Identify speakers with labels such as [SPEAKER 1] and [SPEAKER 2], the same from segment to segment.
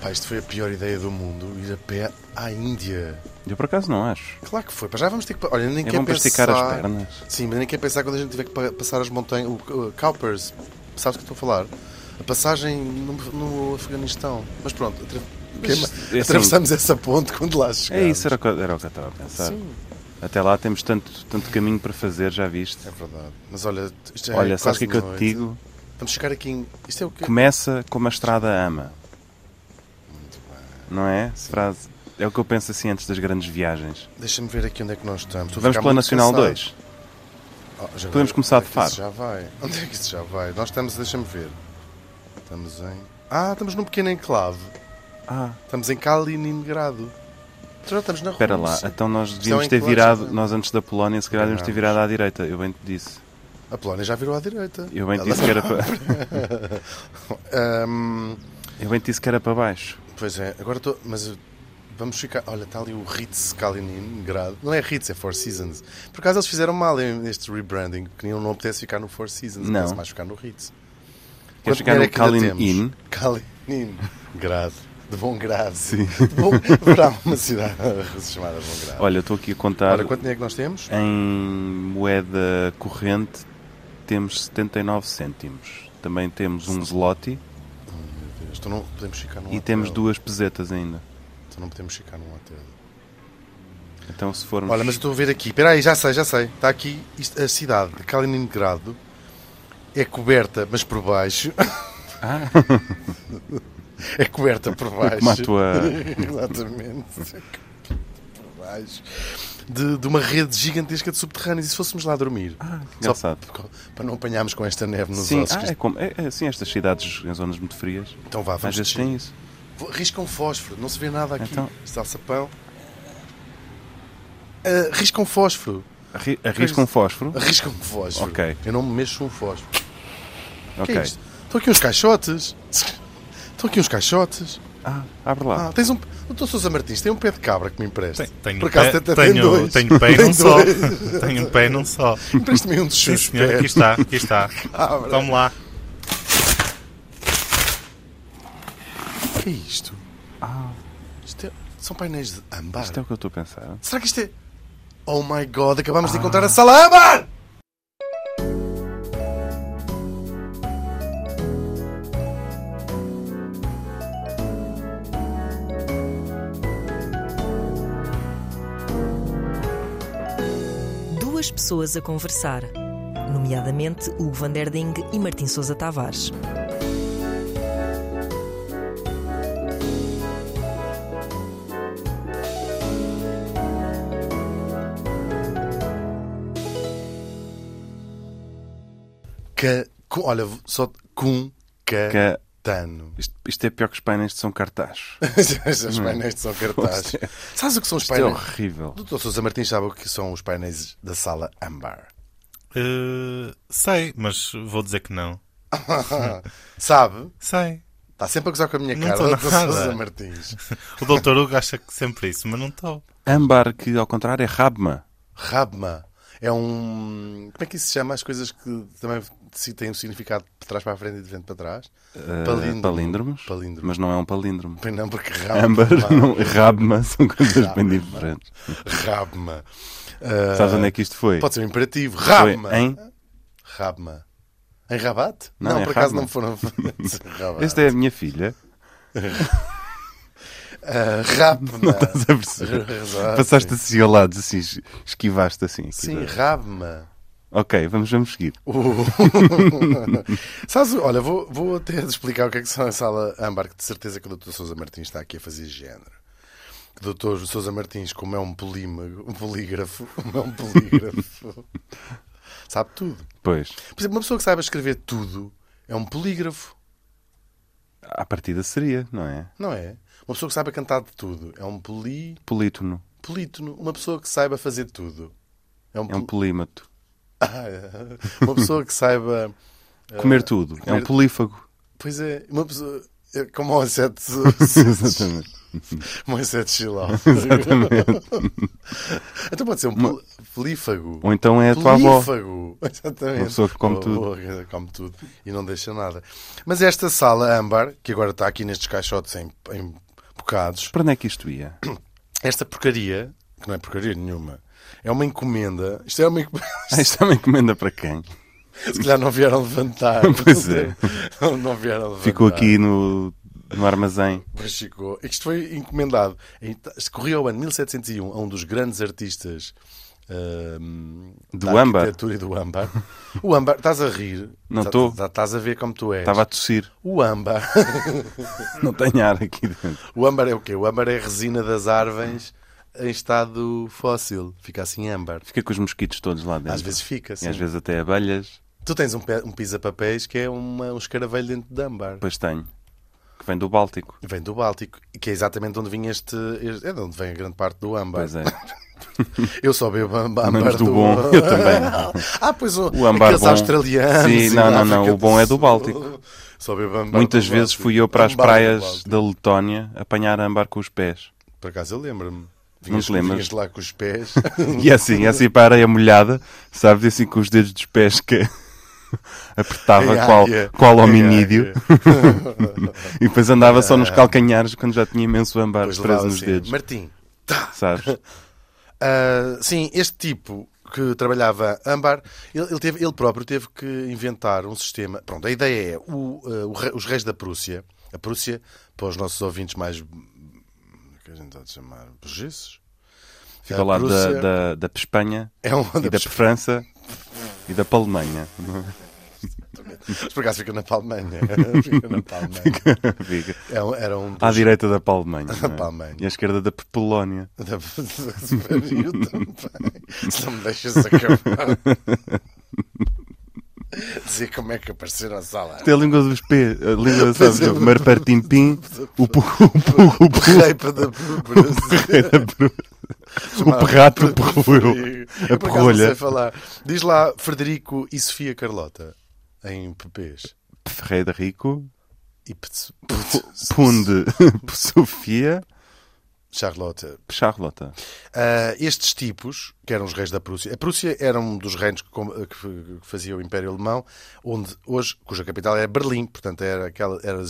[SPEAKER 1] Pá, isto foi a pior ideia do mundo, ir a pé à Índia.
[SPEAKER 2] Eu por acaso não acho.
[SPEAKER 1] Claro que foi, para já vamos ter que. Olha, nem
[SPEAKER 2] É
[SPEAKER 1] quer
[SPEAKER 2] bom para esticar
[SPEAKER 1] pensar-
[SPEAKER 2] as pernas.
[SPEAKER 1] Sim, mas nem quer pensar quando a gente tiver que pa- passar as montanhas. O o Cowpers, sabes o que estou a falar? A passagem no, no Afeganistão. Mas pronto, atra-
[SPEAKER 2] Mas, é
[SPEAKER 1] atravessamos essa ponte quando lá
[SPEAKER 2] É
[SPEAKER 1] chegarmos.
[SPEAKER 2] isso, era, o que- era o que eu estava a pensar.
[SPEAKER 1] Sim.
[SPEAKER 2] Até lá temos tanto, tanto caminho para fazer, já viste?
[SPEAKER 1] É verdade. Mas olha, isto já
[SPEAKER 2] Olha,
[SPEAKER 1] é quase
[SPEAKER 2] sabes o que é que eu
[SPEAKER 1] noite.
[SPEAKER 2] te digo?
[SPEAKER 1] Vamos chegar aqui em. Isto é o quê?
[SPEAKER 2] Começa como a estrada ama. Não é?
[SPEAKER 1] Sim.
[SPEAKER 2] Frase. É o que eu penso assim antes das grandes viagens.
[SPEAKER 1] Deixa-me ver aqui onde é que nós estamos. Estou a
[SPEAKER 2] Vamos
[SPEAKER 1] ficar
[SPEAKER 2] pela
[SPEAKER 1] muito
[SPEAKER 2] Nacional
[SPEAKER 1] cansado.
[SPEAKER 2] 2.
[SPEAKER 1] Oh, já
[SPEAKER 2] Podemos
[SPEAKER 1] vai.
[SPEAKER 2] começar
[SPEAKER 1] Onde
[SPEAKER 2] de
[SPEAKER 1] é que isso
[SPEAKER 2] Faro.
[SPEAKER 1] Já vai. Onde é que isso já vai? Nós estamos, deixa-me ver. Estamos em. Ah, estamos num pequeno enclave.
[SPEAKER 2] Ah,
[SPEAKER 1] Estamos em Kaliningrado. Então Já estamos na Rússia.
[SPEAKER 2] espera lá. Então nós devíamos
[SPEAKER 1] em
[SPEAKER 2] ter
[SPEAKER 1] Colónia,
[SPEAKER 2] virado,
[SPEAKER 1] não é?
[SPEAKER 2] nós antes da Polónia, se calhar devíamos ter virado à direita. Eu bem te disse.
[SPEAKER 1] A Polónia já virou à direita.
[SPEAKER 2] Eu bem te
[SPEAKER 1] Ela- tá-
[SPEAKER 2] disse que era para,
[SPEAKER 1] Ahm,
[SPEAKER 2] eu bem te disse que era para baixo.
[SPEAKER 1] pois é, agora estou. Mas eu- vamos ficar. Olha, está ali o Ritz Kaliningrado. Não é Ritz, é Four Seasons. Por acaso eles fizeram mal em- neste rebranding, que nenhum não apetece ficar no Four Seasons,
[SPEAKER 2] Não.
[SPEAKER 1] apetece mais ficar no Ritz. Quanto
[SPEAKER 2] Queres ficar
[SPEAKER 1] dinheiro
[SPEAKER 2] no
[SPEAKER 1] é que ainda
[SPEAKER 2] Kalin
[SPEAKER 1] temos?
[SPEAKER 2] Inn?
[SPEAKER 1] Kaliningrado. De bom grado. Sim. De bom, haverá uma cidade russa chamada Bom Grado.
[SPEAKER 2] Olha, eu estou aqui a contar.
[SPEAKER 1] Olha, quanto dinheiro é que nós temos?
[SPEAKER 2] Em moeda corrente temos 79 cêntimos. Também temos um zloty
[SPEAKER 1] Então não podemos ficar num
[SPEAKER 2] e
[SPEAKER 1] hotel.
[SPEAKER 2] temos duas pesetas ainda.
[SPEAKER 1] Então não podemos ficar num hotel.
[SPEAKER 2] Então se formos...
[SPEAKER 1] Olha, mas eu estou a ver aqui. Espera aí, já sei, já sei. Está aqui isto- a cidade de Kaliningrado. É coberta, mas por baixo.
[SPEAKER 2] Ah,
[SPEAKER 1] É coberta por baixo.
[SPEAKER 2] como a tua...
[SPEAKER 1] Exatamente. É coberta por baixo. De, de uma rede gigantesca de subterrâneos. E se fôssemos lá dormir?
[SPEAKER 2] Ah, que
[SPEAKER 1] Só
[SPEAKER 2] engraçado.
[SPEAKER 1] p- para não apanharmos com esta neve nos
[SPEAKER 2] Sim,
[SPEAKER 1] ossos. que
[SPEAKER 2] ah, é
[SPEAKER 1] isto-
[SPEAKER 2] como... é, é assim, estas cidades em zonas muito frias,
[SPEAKER 1] Então vá,
[SPEAKER 2] às
[SPEAKER 1] vamos
[SPEAKER 2] vezes
[SPEAKER 1] descer.
[SPEAKER 2] têm isso.
[SPEAKER 1] Vou- Risca um fósforo, não se vê nada aqui.
[SPEAKER 2] Então.
[SPEAKER 1] Está sapão. Ah, risca um fósforo.
[SPEAKER 2] Arri- Arrisca um fósforo?
[SPEAKER 1] Arrisca um fósforo.
[SPEAKER 2] Ok.
[SPEAKER 1] Eu não me mexo um fósforo.
[SPEAKER 2] Ok.
[SPEAKER 1] Que é isto? Estão aqui uns caixotes. Estão aqui uns caixotes.
[SPEAKER 2] Ah, abre lá.
[SPEAKER 1] Ah, tens um. Doutor Sousa Martins, tem um pé de cabra que me empresta.
[SPEAKER 3] Tenho, tenho um
[SPEAKER 1] Por acaso
[SPEAKER 3] pé,
[SPEAKER 1] até tem
[SPEAKER 3] tenho,
[SPEAKER 1] dois.
[SPEAKER 3] tenho pé e um
[SPEAKER 1] Tem
[SPEAKER 3] só.
[SPEAKER 1] dois.
[SPEAKER 3] Tenho um pé e um só.
[SPEAKER 1] Empresta-me um dos
[SPEAKER 3] Sim,
[SPEAKER 1] seus
[SPEAKER 3] senhor, aqui
[SPEAKER 1] pés.
[SPEAKER 3] está, aqui está.
[SPEAKER 1] Cabra.
[SPEAKER 3] Tome lá.
[SPEAKER 1] O que é isto?
[SPEAKER 2] Ah,
[SPEAKER 1] Isto é- São painéis de âmbar.
[SPEAKER 2] isto é o que eu estou a pensar.
[SPEAKER 1] Será que isto é. Oh my god, acabámos
[SPEAKER 2] Ah.
[SPEAKER 1] de encontrar a sala âmbar!
[SPEAKER 4] Duas pessoas a conversar, nomeadamente Hugo van der Ding e Martim Sousa Tavares.
[SPEAKER 1] Que... com- Olha, só. Cun. Ca...
[SPEAKER 2] Que é-
[SPEAKER 1] Tano.
[SPEAKER 2] isto, isto é pior que os painéis de São Cartaz.
[SPEAKER 1] Os painéis são cartazes. Sabes o que são os
[SPEAKER 2] Isto é
[SPEAKER 1] painéis?
[SPEAKER 2] horrível.
[SPEAKER 1] Doutor Sousa Martins sabe o que são os painéis da sala âmbar.
[SPEAKER 3] Eh, sei, mas vou dizer que não.
[SPEAKER 1] sabe?
[SPEAKER 3] Sei.
[SPEAKER 1] Está sempre a gozar com a minha
[SPEAKER 3] Não
[SPEAKER 1] cara,
[SPEAKER 3] tô
[SPEAKER 1] Doutor
[SPEAKER 3] nada.
[SPEAKER 1] Sousa Martins.
[SPEAKER 3] O doutor Hugo acha que sempre isso, mas não estou.
[SPEAKER 2] Âmbar, que ao contrário é rabma.
[SPEAKER 1] Rabma é um. Como é que isso se chama? As coisas que também se- têm um significado de trás para a frente e de frente para trás?
[SPEAKER 2] Eh,
[SPEAKER 1] Palíndromo.
[SPEAKER 2] palíndromos.
[SPEAKER 1] Palíndromo.
[SPEAKER 2] Mas não é um palíndromo.
[SPEAKER 1] Bem, Não, porque
[SPEAKER 2] Âmbar
[SPEAKER 1] Rabma.
[SPEAKER 2] não, rabma são coisas bem diferentes.
[SPEAKER 1] Rabma. Eh,
[SPEAKER 2] Sabes onde é que isto foi?
[SPEAKER 1] Pode ser um imperativo.
[SPEAKER 2] Foi
[SPEAKER 1] Rabma.
[SPEAKER 2] em...
[SPEAKER 1] Rabma. Em Rabat?
[SPEAKER 2] Não, em
[SPEAKER 1] por acaso
[SPEAKER 2] Rabma.
[SPEAKER 1] não foram. Rabat.
[SPEAKER 2] Esta é a minha filha.
[SPEAKER 1] Ah, Rabma.
[SPEAKER 2] Não estás a perceber?
[SPEAKER 1] Exato.
[SPEAKER 2] Passaste assim ao lado, assim, es- esquivaste assim. aqui
[SPEAKER 1] Sim,
[SPEAKER 2] da-
[SPEAKER 1] Rabma.
[SPEAKER 2] Ok, vamos, vamos seguir.
[SPEAKER 1] Uh. Sabes, olha, vou, vou até explicar o que é que são a sala âmbar, que de certeza que o Dr. Sousa Martins está aqui a fazer género. Que o Dr. Sousa Martins, como é um polímago, um polígrafo, como é um polígrafo, sabe tudo.
[SPEAKER 2] Pois,
[SPEAKER 1] Por exemplo, uma pessoa que saiba escrever tudo é um polígrafo,
[SPEAKER 2] à partida seria, não é?
[SPEAKER 1] não é? Uma pessoa que saiba cantar de tudo é um poli,
[SPEAKER 2] Polítono.
[SPEAKER 1] polítono. Uma pessoa que saiba fazer tudo é um,
[SPEAKER 2] É um
[SPEAKER 1] poli-
[SPEAKER 2] polímato.
[SPEAKER 1] Ah, é. Uma pessoa que saiba.
[SPEAKER 2] Comer tudo. É um
[SPEAKER 1] comer-
[SPEAKER 2] polífago.
[SPEAKER 1] Pois é, uma pessoa. é Como o sete
[SPEAKER 2] Exatamente.
[SPEAKER 1] Moisés de Chilau. então pode ser um pel- pelífago.
[SPEAKER 2] Ou então é a tua avó.
[SPEAKER 1] Pelífago. Exatamente.
[SPEAKER 2] Uma pessoa que come
[SPEAKER 1] Ou-
[SPEAKER 2] tudo.
[SPEAKER 1] ou que come tudo e não deixa nada. Mas esta sala âmbar, que agora está aqui nestes caixotes em, em bocados,
[SPEAKER 2] Para onde é que isto ia?
[SPEAKER 1] esta porcaria, que não é porcaria nenhuma, é uma encomenda. Isto é uma encomenda.
[SPEAKER 2] Ah, isto é uma encomenda para quem?
[SPEAKER 1] Se calhar não vieram levantar.
[SPEAKER 2] Pois é.
[SPEAKER 1] Não, não vieram levantar.
[SPEAKER 2] Ficou aqui no, no armazém.
[SPEAKER 1] Pois ficou. É que Isto foi encomendado. Em- Corria ao ano 1701 a um dos grandes artistas ahm,
[SPEAKER 2] Do
[SPEAKER 1] da
[SPEAKER 2] âmbar.
[SPEAKER 1] arquitetura e do âmbar. O âmbar, estás a rir.
[SPEAKER 2] Não
[SPEAKER 1] Tá-
[SPEAKER 2] tô.
[SPEAKER 1] tá- Estás a ver como tu és.
[SPEAKER 2] Estava a tossir.
[SPEAKER 1] O âmbar.
[SPEAKER 2] Não tenho ar aqui dentro.
[SPEAKER 1] O âmbar é o quê? O âmbar é a resina das árvores em estado fóssil. Fica assim âmbar.
[SPEAKER 2] Fica com os mosquitos todos lá dentro.
[SPEAKER 1] Às vezes fica assim.
[SPEAKER 2] E às vezes até abelhas.
[SPEAKER 1] Tu tens um, pe- um pisa-papéis que é uma, um escaravelho dentro de âmbar.
[SPEAKER 2] Depois tenho. Que vem do Báltico.
[SPEAKER 1] Vem do Báltico, que é exatamente onde vinha este. este- É de onde vem a grande parte do âmbar.
[SPEAKER 2] Pois é.
[SPEAKER 1] Eu só bebo âmbar
[SPEAKER 2] menos do bom. Eu também não.
[SPEAKER 1] Ah, pois o,
[SPEAKER 2] O âmbar
[SPEAKER 1] aqueles
[SPEAKER 2] bom.
[SPEAKER 1] australianos.
[SPEAKER 2] Sim,
[SPEAKER 1] e
[SPEAKER 2] não,
[SPEAKER 1] da
[SPEAKER 2] não, não,
[SPEAKER 1] África
[SPEAKER 2] o bom é do
[SPEAKER 1] Sul.
[SPEAKER 2] Báltico.
[SPEAKER 1] Só bebo âmbar
[SPEAKER 2] Muitas
[SPEAKER 1] do
[SPEAKER 2] vezes
[SPEAKER 1] Báltico.
[SPEAKER 2] fui eu para as
[SPEAKER 1] Âmbar do
[SPEAKER 2] praias
[SPEAKER 1] Báltico.
[SPEAKER 2] da Letónia apanhar âmbar com os pés.
[SPEAKER 1] Por acaso eu lembro-me. Vinhas,
[SPEAKER 2] lembras?
[SPEAKER 1] vinhas lá com os pés.
[SPEAKER 2] E assim, assim para a areia molhada, sabes? E assim com os dedos dos pés que apertava
[SPEAKER 1] Ai,
[SPEAKER 2] qual,
[SPEAKER 1] ai,
[SPEAKER 2] qual
[SPEAKER 1] ai,
[SPEAKER 2] hominídeo.
[SPEAKER 1] ai.
[SPEAKER 2] E depois andava só nos calcanhares quando já tinha imenso âmbar
[SPEAKER 1] Depois
[SPEAKER 2] preso
[SPEAKER 1] levava
[SPEAKER 2] nos
[SPEAKER 1] assim,
[SPEAKER 2] dedos.
[SPEAKER 1] Martim.
[SPEAKER 2] Sabes?
[SPEAKER 1] Ah, sim, este tipo que trabalhava âmbar, ele, ele teve- ele próprio teve que inventar um sistema. Pronto, a ideia é o, ah, o re- os reis da Prússia, a Prússia, para os nossos ouvintes mais. é que a gente pode chamar? Burgueses?
[SPEAKER 2] Fica
[SPEAKER 1] A
[SPEAKER 2] ao lado da,
[SPEAKER 1] Prússia-
[SPEAKER 2] da, da Espanha
[SPEAKER 1] É uma
[SPEAKER 2] e da
[SPEAKER 1] das.
[SPEAKER 2] França e da Alemanha.
[SPEAKER 1] Por acaso fica na Palmeira. Fica na Palmeira.
[SPEAKER 2] Fica
[SPEAKER 1] É um- era um dos.
[SPEAKER 2] à direita da Alemanha. não é?
[SPEAKER 1] Alemanha.
[SPEAKER 2] E à esquerda da Polónia.
[SPEAKER 1] da- Eu também. Se não me deixas acabar. Dizer como é que apareceram a sala.
[SPEAKER 2] Tem a língua dos P, a língua sabes,
[SPEAKER 1] é.
[SPEAKER 2] o Marpartimpim, o pu, o pu, o pu,
[SPEAKER 1] Reipa da Prússia.
[SPEAKER 2] o perrato, o perruio, a
[SPEAKER 1] Eu por acaso não sei
[SPEAKER 2] perrolha,
[SPEAKER 1] falar. Diz lá Frederico e Sofia Carlota em PPs.
[SPEAKER 2] Ferreira Rico,
[SPEAKER 1] E Pts-
[SPEAKER 2] Punde, Sofia,
[SPEAKER 1] Charlotte.
[SPEAKER 2] Charlota.
[SPEAKER 1] Ah, estes tipos, que eram os reis da Prússia, a Prússia era um dos reinos que, com- que f- que fazia o Império Alemão, onde hoje, cuja capital era Berlim, portanto era aquela. Era,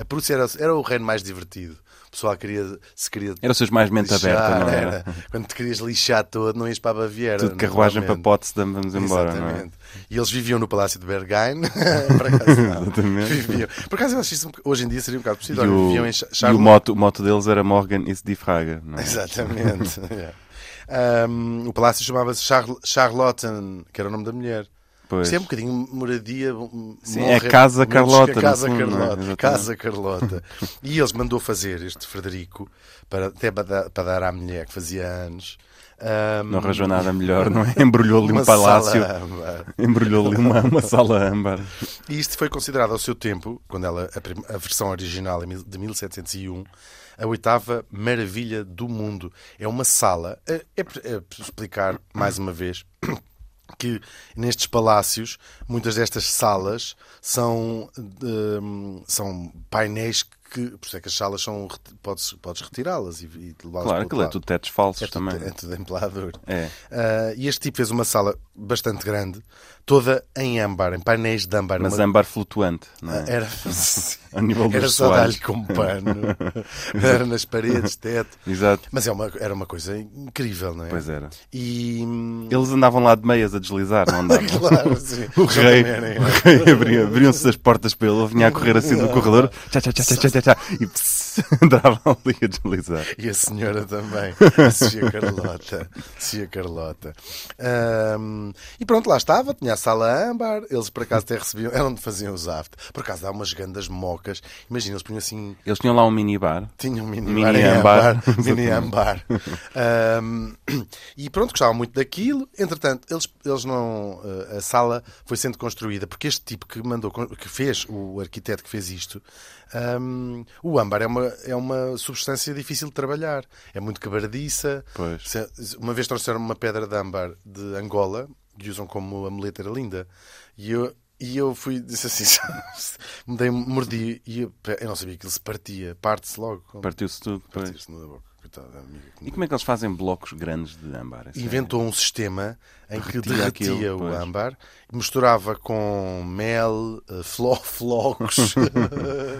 [SPEAKER 1] a Prússia era, era o reino mais divertido. O pessoal queria, se queria.
[SPEAKER 2] Era os seus mais mente aberta,
[SPEAKER 1] lixar,
[SPEAKER 2] não era?
[SPEAKER 1] Quando te querias lixar todo, não ias para a Baviera.
[SPEAKER 2] Tudo carruagem para
[SPEAKER 1] normalmente.
[SPEAKER 2] Potsdam, vamos embora, não é?
[SPEAKER 1] Exatamente. E eles viviam no Palácio de Bergheim. Por acaso, não.
[SPEAKER 2] Exatamente.
[SPEAKER 1] Viviam. Por acaso, eu acho isso um boc- hoje em dia seria um bocado
[SPEAKER 2] E
[SPEAKER 1] possível. Olha,
[SPEAKER 2] o,
[SPEAKER 1] viviam em Cha-
[SPEAKER 2] e o
[SPEAKER 1] Charlotte.
[SPEAKER 2] moto, o moto deles era Morgan e Die Fraga, não é?
[SPEAKER 1] Exatamente. Yeah. Um, o palácio chamava-se Charl- Charlotten, que era o nome da mulher.
[SPEAKER 2] Pois.
[SPEAKER 1] Isto é um bocadinho moradia. um-
[SPEAKER 2] Sim,
[SPEAKER 1] morre-
[SPEAKER 2] é Casa
[SPEAKER 1] menos que a
[SPEAKER 2] Carlota, no
[SPEAKER 1] Casa
[SPEAKER 2] fundo, não é?
[SPEAKER 1] Carlota.
[SPEAKER 2] Exatamente.
[SPEAKER 1] Casa Carlota. E eles mandou fazer este Frederico, para, até para dar, para dar à mulher que fazia anos. um,
[SPEAKER 2] Não arranjou nada melhor, não é? Embrulhou ali
[SPEAKER 1] uma
[SPEAKER 2] um palácio,
[SPEAKER 1] sala âmbar.
[SPEAKER 2] embrulhou ali uma, uma sala âmbar.
[SPEAKER 1] E isto foi considerado ao seu tempo, quando ela, a, prim- a versão original em mil- de 1701, a oitava maravilha do mundo. É uma sala. É, é pre- é pre- explicar mais uma vez que nestes palácios, muitas destas salas são, de- são painéis que. Por isso é que as salas são. reti- Podes, podes retirá-las e, e levá-las para
[SPEAKER 2] Claro,
[SPEAKER 1] outro
[SPEAKER 2] aquilo é
[SPEAKER 1] lado.
[SPEAKER 2] tudo tetos falsos
[SPEAKER 1] É tudo,
[SPEAKER 2] também.
[SPEAKER 1] é tudo empelador.
[SPEAKER 2] É.
[SPEAKER 1] Ah, e este tipo fez uma sala bastante grande, toda em âmbar, em painéis de âmbar.
[SPEAKER 2] Mas
[SPEAKER 1] Uma-
[SPEAKER 2] âmbar flutuante, não é?
[SPEAKER 1] Ah, era,
[SPEAKER 2] A nível
[SPEAKER 1] era
[SPEAKER 2] dos
[SPEAKER 1] só dar-lhe
[SPEAKER 2] soalhos.
[SPEAKER 1] com um pano, era nas paredes, teto.
[SPEAKER 2] Exato.
[SPEAKER 1] Mas é uma, era uma coisa incrível, não é?
[SPEAKER 2] Pois era.
[SPEAKER 1] E.
[SPEAKER 2] Eles andavam lá de meias a deslizar, não andavam?
[SPEAKER 1] Claro, sim.
[SPEAKER 2] O rei,
[SPEAKER 1] Não também
[SPEAKER 2] o
[SPEAKER 1] era.
[SPEAKER 2] rei abria- abriam-se as portas para ele, ele vinha a correr assim do corredor, tchá, tchá, tchá, tchá, tchá, tchá, tchá, e pss, andava ali a deslizar.
[SPEAKER 1] E a senhora também, a Sofia Carlota. Sofia Carlota. Ahm, e pronto, lá estava, tinha a sala âmbar, eles por acaso até recebiam, era onde faziam os after. Por acaso dá umas gandas mocas, imagina, eles punham assim
[SPEAKER 2] Eles tinham lá um minibar,
[SPEAKER 1] Tinha um mini,
[SPEAKER 2] Mini
[SPEAKER 1] bar, em
[SPEAKER 2] ambar.
[SPEAKER 1] ambar. mini ambar. Ahm, e pronto, gostavam muito daquilo. Entretanto, eles, eles não. eh, A sala foi sendo construída porque este tipo que mandou, con- que fez, o arquiteto que fez isto, ahm, o âmbar é uma, é uma substância difícil de trabalhar. É muito quebradiça.
[SPEAKER 2] Pois.
[SPEAKER 1] Se- Uma vez trouxeram uma pedra de âmbar de Angola que usam como amuleto, era linda. E eu. E eu fui, disse assim, me dei, mordi e eu, eu não sabia que ele se partia, parte-se logo. é
[SPEAKER 2] Partiu-se tudo. pois.
[SPEAKER 1] Partiu-se na boca, coitada da amiga. que me-
[SPEAKER 2] E como é que eles fazem blocos grandes de âmbar? Isso é-
[SPEAKER 1] Inventou um sistema em que
[SPEAKER 2] Derretia
[SPEAKER 1] derretia
[SPEAKER 2] aquilo,
[SPEAKER 1] o
[SPEAKER 2] pois.
[SPEAKER 1] âmbar, misturava com mel, eh, flo flocos,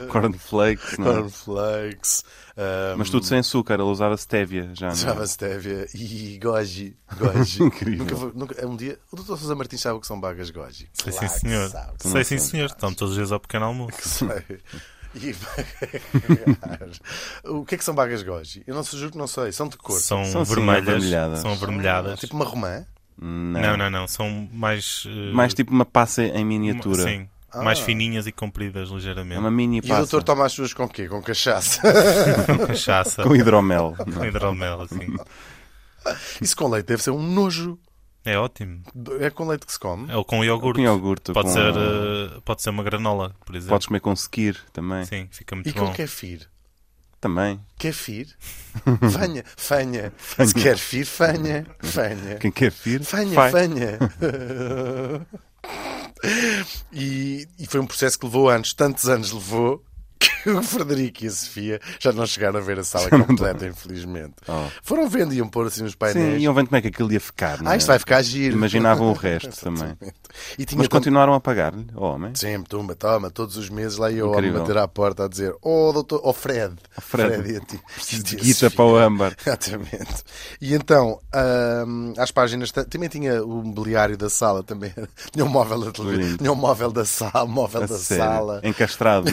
[SPEAKER 2] é Cornflakes, não é?
[SPEAKER 1] cornflakes, ah,
[SPEAKER 2] Mas tudo sem açúcar, ele usava stevia já. Não
[SPEAKER 1] Chama
[SPEAKER 2] é?
[SPEAKER 1] Stevia e Goji. Goji.
[SPEAKER 2] Incrível.
[SPEAKER 1] nunca, vou- nunca, um dia, o Dr. Sousa Martins sabe o que são bagas Goji.
[SPEAKER 3] Sei
[SPEAKER 1] Claro
[SPEAKER 3] sim,
[SPEAKER 1] que
[SPEAKER 3] senhor.
[SPEAKER 1] sabe.
[SPEAKER 3] Sei sim, senhor. Estão todos os dias ao pequeno almoço.
[SPEAKER 1] Que sei. E bagas. o que é que são bagas Goji? Eu não sei, juro que não sei. São de cor.
[SPEAKER 3] São,
[SPEAKER 2] São assim,
[SPEAKER 3] vermelhas.
[SPEAKER 2] avermelhadas.
[SPEAKER 3] São avermelhadas.
[SPEAKER 1] Tipo uma romã.
[SPEAKER 2] Não.
[SPEAKER 3] não, não, não. São mais. eh,
[SPEAKER 2] Mais tipo uma passa em
[SPEAKER 3] ma-
[SPEAKER 2] miniatura.
[SPEAKER 3] Sim.
[SPEAKER 1] Ah.
[SPEAKER 3] Mais fininhas e compridas
[SPEAKER 2] É
[SPEAKER 3] ligeiramente.
[SPEAKER 2] uma mini
[SPEAKER 1] E o
[SPEAKER 2] passa
[SPEAKER 1] doutor toma as suas com o quê? Com cachaça.
[SPEAKER 3] Com cachaça.
[SPEAKER 2] com hidromel.
[SPEAKER 3] com hidromel, assim.
[SPEAKER 1] Isso com leite deve ser um nojo.
[SPEAKER 3] É ótimo.
[SPEAKER 1] É com leite que se come.
[SPEAKER 3] Ou com iogurte.
[SPEAKER 2] Com iogurte,
[SPEAKER 3] Pode,
[SPEAKER 2] com-
[SPEAKER 3] ser, eh, pode ser uma granola, por exemplo.
[SPEAKER 2] Podes comer com sequir também.
[SPEAKER 3] Sim, fica
[SPEAKER 1] E
[SPEAKER 3] muito
[SPEAKER 1] com
[SPEAKER 3] bom.
[SPEAKER 1] kefir?
[SPEAKER 2] Também.
[SPEAKER 1] Kefir? Fanha. Fanha. Se quer fir, fanha. Fanha.
[SPEAKER 2] Quem quer fir?
[SPEAKER 1] Fanha,
[SPEAKER 2] faz.
[SPEAKER 1] fanha. e, e foi um processo que levou anos, tantos anos levou, que o Frederico e a Sofia já não chegaram a ver a sala completa, infelizmente.
[SPEAKER 2] Oh.
[SPEAKER 1] Foram vendo e iam pôr assim nos
[SPEAKER 2] Sim,
[SPEAKER 1] painéis.
[SPEAKER 2] iam vendo como é que aquilo ia ficar. não
[SPEAKER 1] Ah,
[SPEAKER 2] é?
[SPEAKER 1] isto vai ficar giro.
[SPEAKER 2] Imaginavam o resto também.
[SPEAKER 1] Exatamente. E tinha
[SPEAKER 2] Mas
[SPEAKER 1] tanto-
[SPEAKER 2] continuaram a pagar-lhe, ó homem.
[SPEAKER 1] Sempre, toma, toma, todos os meses lá eu a
[SPEAKER 2] Incrível.
[SPEAKER 1] bater à porta a dizer: Oh, doutor, oh Fred,
[SPEAKER 2] Fred,
[SPEAKER 1] e a ti.
[SPEAKER 2] preciso de
[SPEAKER 1] e a
[SPEAKER 2] guita
[SPEAKER 1] Sofia."
[SPEAKER 2] para o âmbar.
[SPEAKER 1] Exatamente. E então, hum, às páginas, ta- também tinha o mobiliário da sala, também era- tinha um móvel, de tele-
[SPEAKER 2] Lindo.
[SPEAKER 1] tinha um móvel da sala, móvel
[SPEAKER 2] A
[SPEAKER 1] da
[SPEAKER 2] sério.
[SPEAKER 1] sala.
[SPEAKER 2] Encastrado,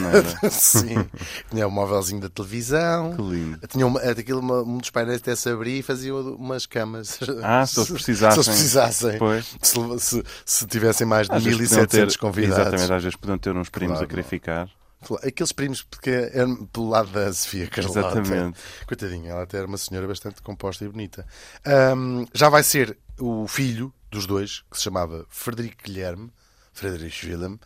[SPEAKER 2] não era?
[SPEAKER 1] Sim, tinha o móvelzinho da televisão.
[SPEAKER 2] Que lindo.
[SPEAKER 1] Tinha uma, aquilo, uma, um dos painéis até se abria e fazia umas camas.
[SPEAKER 2] Ah, se eles precisassem.
[SPEAKER 1] Se eles precisassem.
[SPEAKER 2] Pois.
[SPEAKER 1] Se, se- se tivessem mais de
[SPEAKER 2] Às vezes podiam
[SPEAKER 1] 1700
[SPEAKER 2] ter-
[SPEAKER 1] convidados.
[SPEAKER 2] Exatamente, às vezes podiam ter uns primos
[SPEAKER 1] Claro.
[SPEAKER 2] a querer ficar.
[SPEAKER 1] Claro, Aqueles primos, porque era pelo lado da Sofia Carlota.
[SPEAKER 2] Exatamente.
[SPEAKER 1] Coitadinha, ela até era uma senhora bastante composta e bonita. Ahm, já vai ser o filho dos dois, que se chamava Frederico Guilherme, Frederico Willem,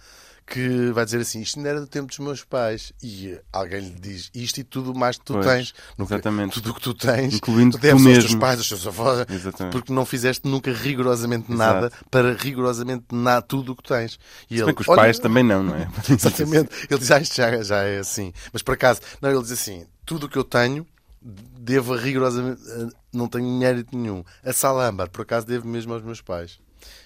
[SPEAKER 1] que vai dizer assim: Isto ainda era do tempo dos meus pais. E eh, alguém lhe diz: Isto e tudo o mais que tu
[SPEAKER 2] Pois,
[SPEAKER 1] tens.
[SPEAKER 2] exatamente.
[SPEAKER 1] Tudo o que tu tens,
[SPEAKER 2] Incluindo
[SPEAKER 1] tu deves
[SPEAKER 2] tu
[SPEAKER 1] aos teus
[SPEAKER 2] mesmo.
[SPEAKER 1] pais, aos teus avós,
[SPEAKER 2] Exatamente.
[SPEAKER 1] porque não fizeste nunca rigorosamente nada para rigorosamente na, tudo o que tens. E
[SPEAKER 2] Se
[SPEAKER 1] ele,
[SPEAKER 2] bem que os
[SPEAKER 1] "Olha,
[SPEAKER 2] pais também não, não é?
[SPEAKER 1] Exatamente. Ele diz, ah, isto já, já é assim. Mas por acaso, não, ele diz assim: tudo o que eu tenho devo a rigorosamente. eh, Não tenho mérito nenhum. A sala âmbar, por acaso, devo mesmo aos meus pais.